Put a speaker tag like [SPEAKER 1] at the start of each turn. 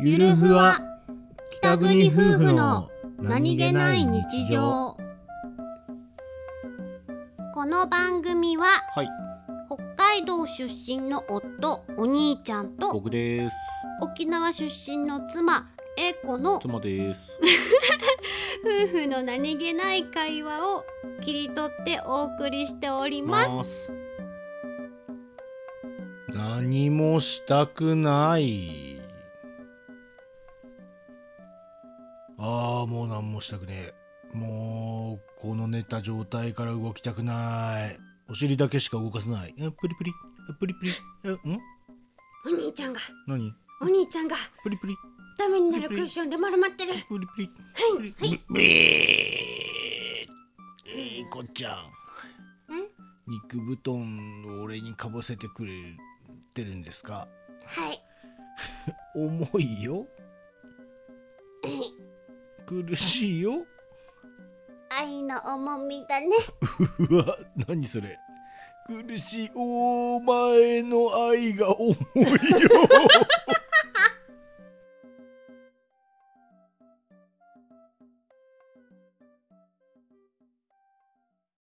[SPEAKER 1] ゆるふわ北国夫婦の
[SPEAKER 2] この番組は
[SPEAKER 1] はい
[SPEAKER 2] 北海道出身の夫お兄ちゃんと
[SPEAKER 1] 僕です
[SPEAKER 2] 沖縄出身の妻英子の夫
[SPEAKER 1] 妻です
[SPEAKER 2] 婦の何気ない会話を切り取ってお送りしております
[SPEAKER 1] す何もしたくないああもう何もしたくねえもうこの寝た状態から動きたくないお尻だけしか動かせないあプリプリあプリプリあん
[SPEAKER 2] お兄ちゃんが
[SPEAKER 1] 何
[SPEAKER 2] お兄ちゃんが
[SPEAKER 1] プリプリ
[SPEAKER 2] ダメにな
[SPEAKER 1] るクッシ
[SPEAKER 2] ョンで丸まってる
[SPEAKER 1] プリプリ
[SPEAKER 2] はい
[SPEAKER 1] ブブーえいこちゃん肉布団を俺にかぶせてくれてるんですか
[SPEAKER 2] はい
[SPEAKER 1] 重いよ苦しいよ
[SPEAKER 2] 愛の重みだね
[SPEAKER 1] うわ何それ苦しいお前の愛が重いよ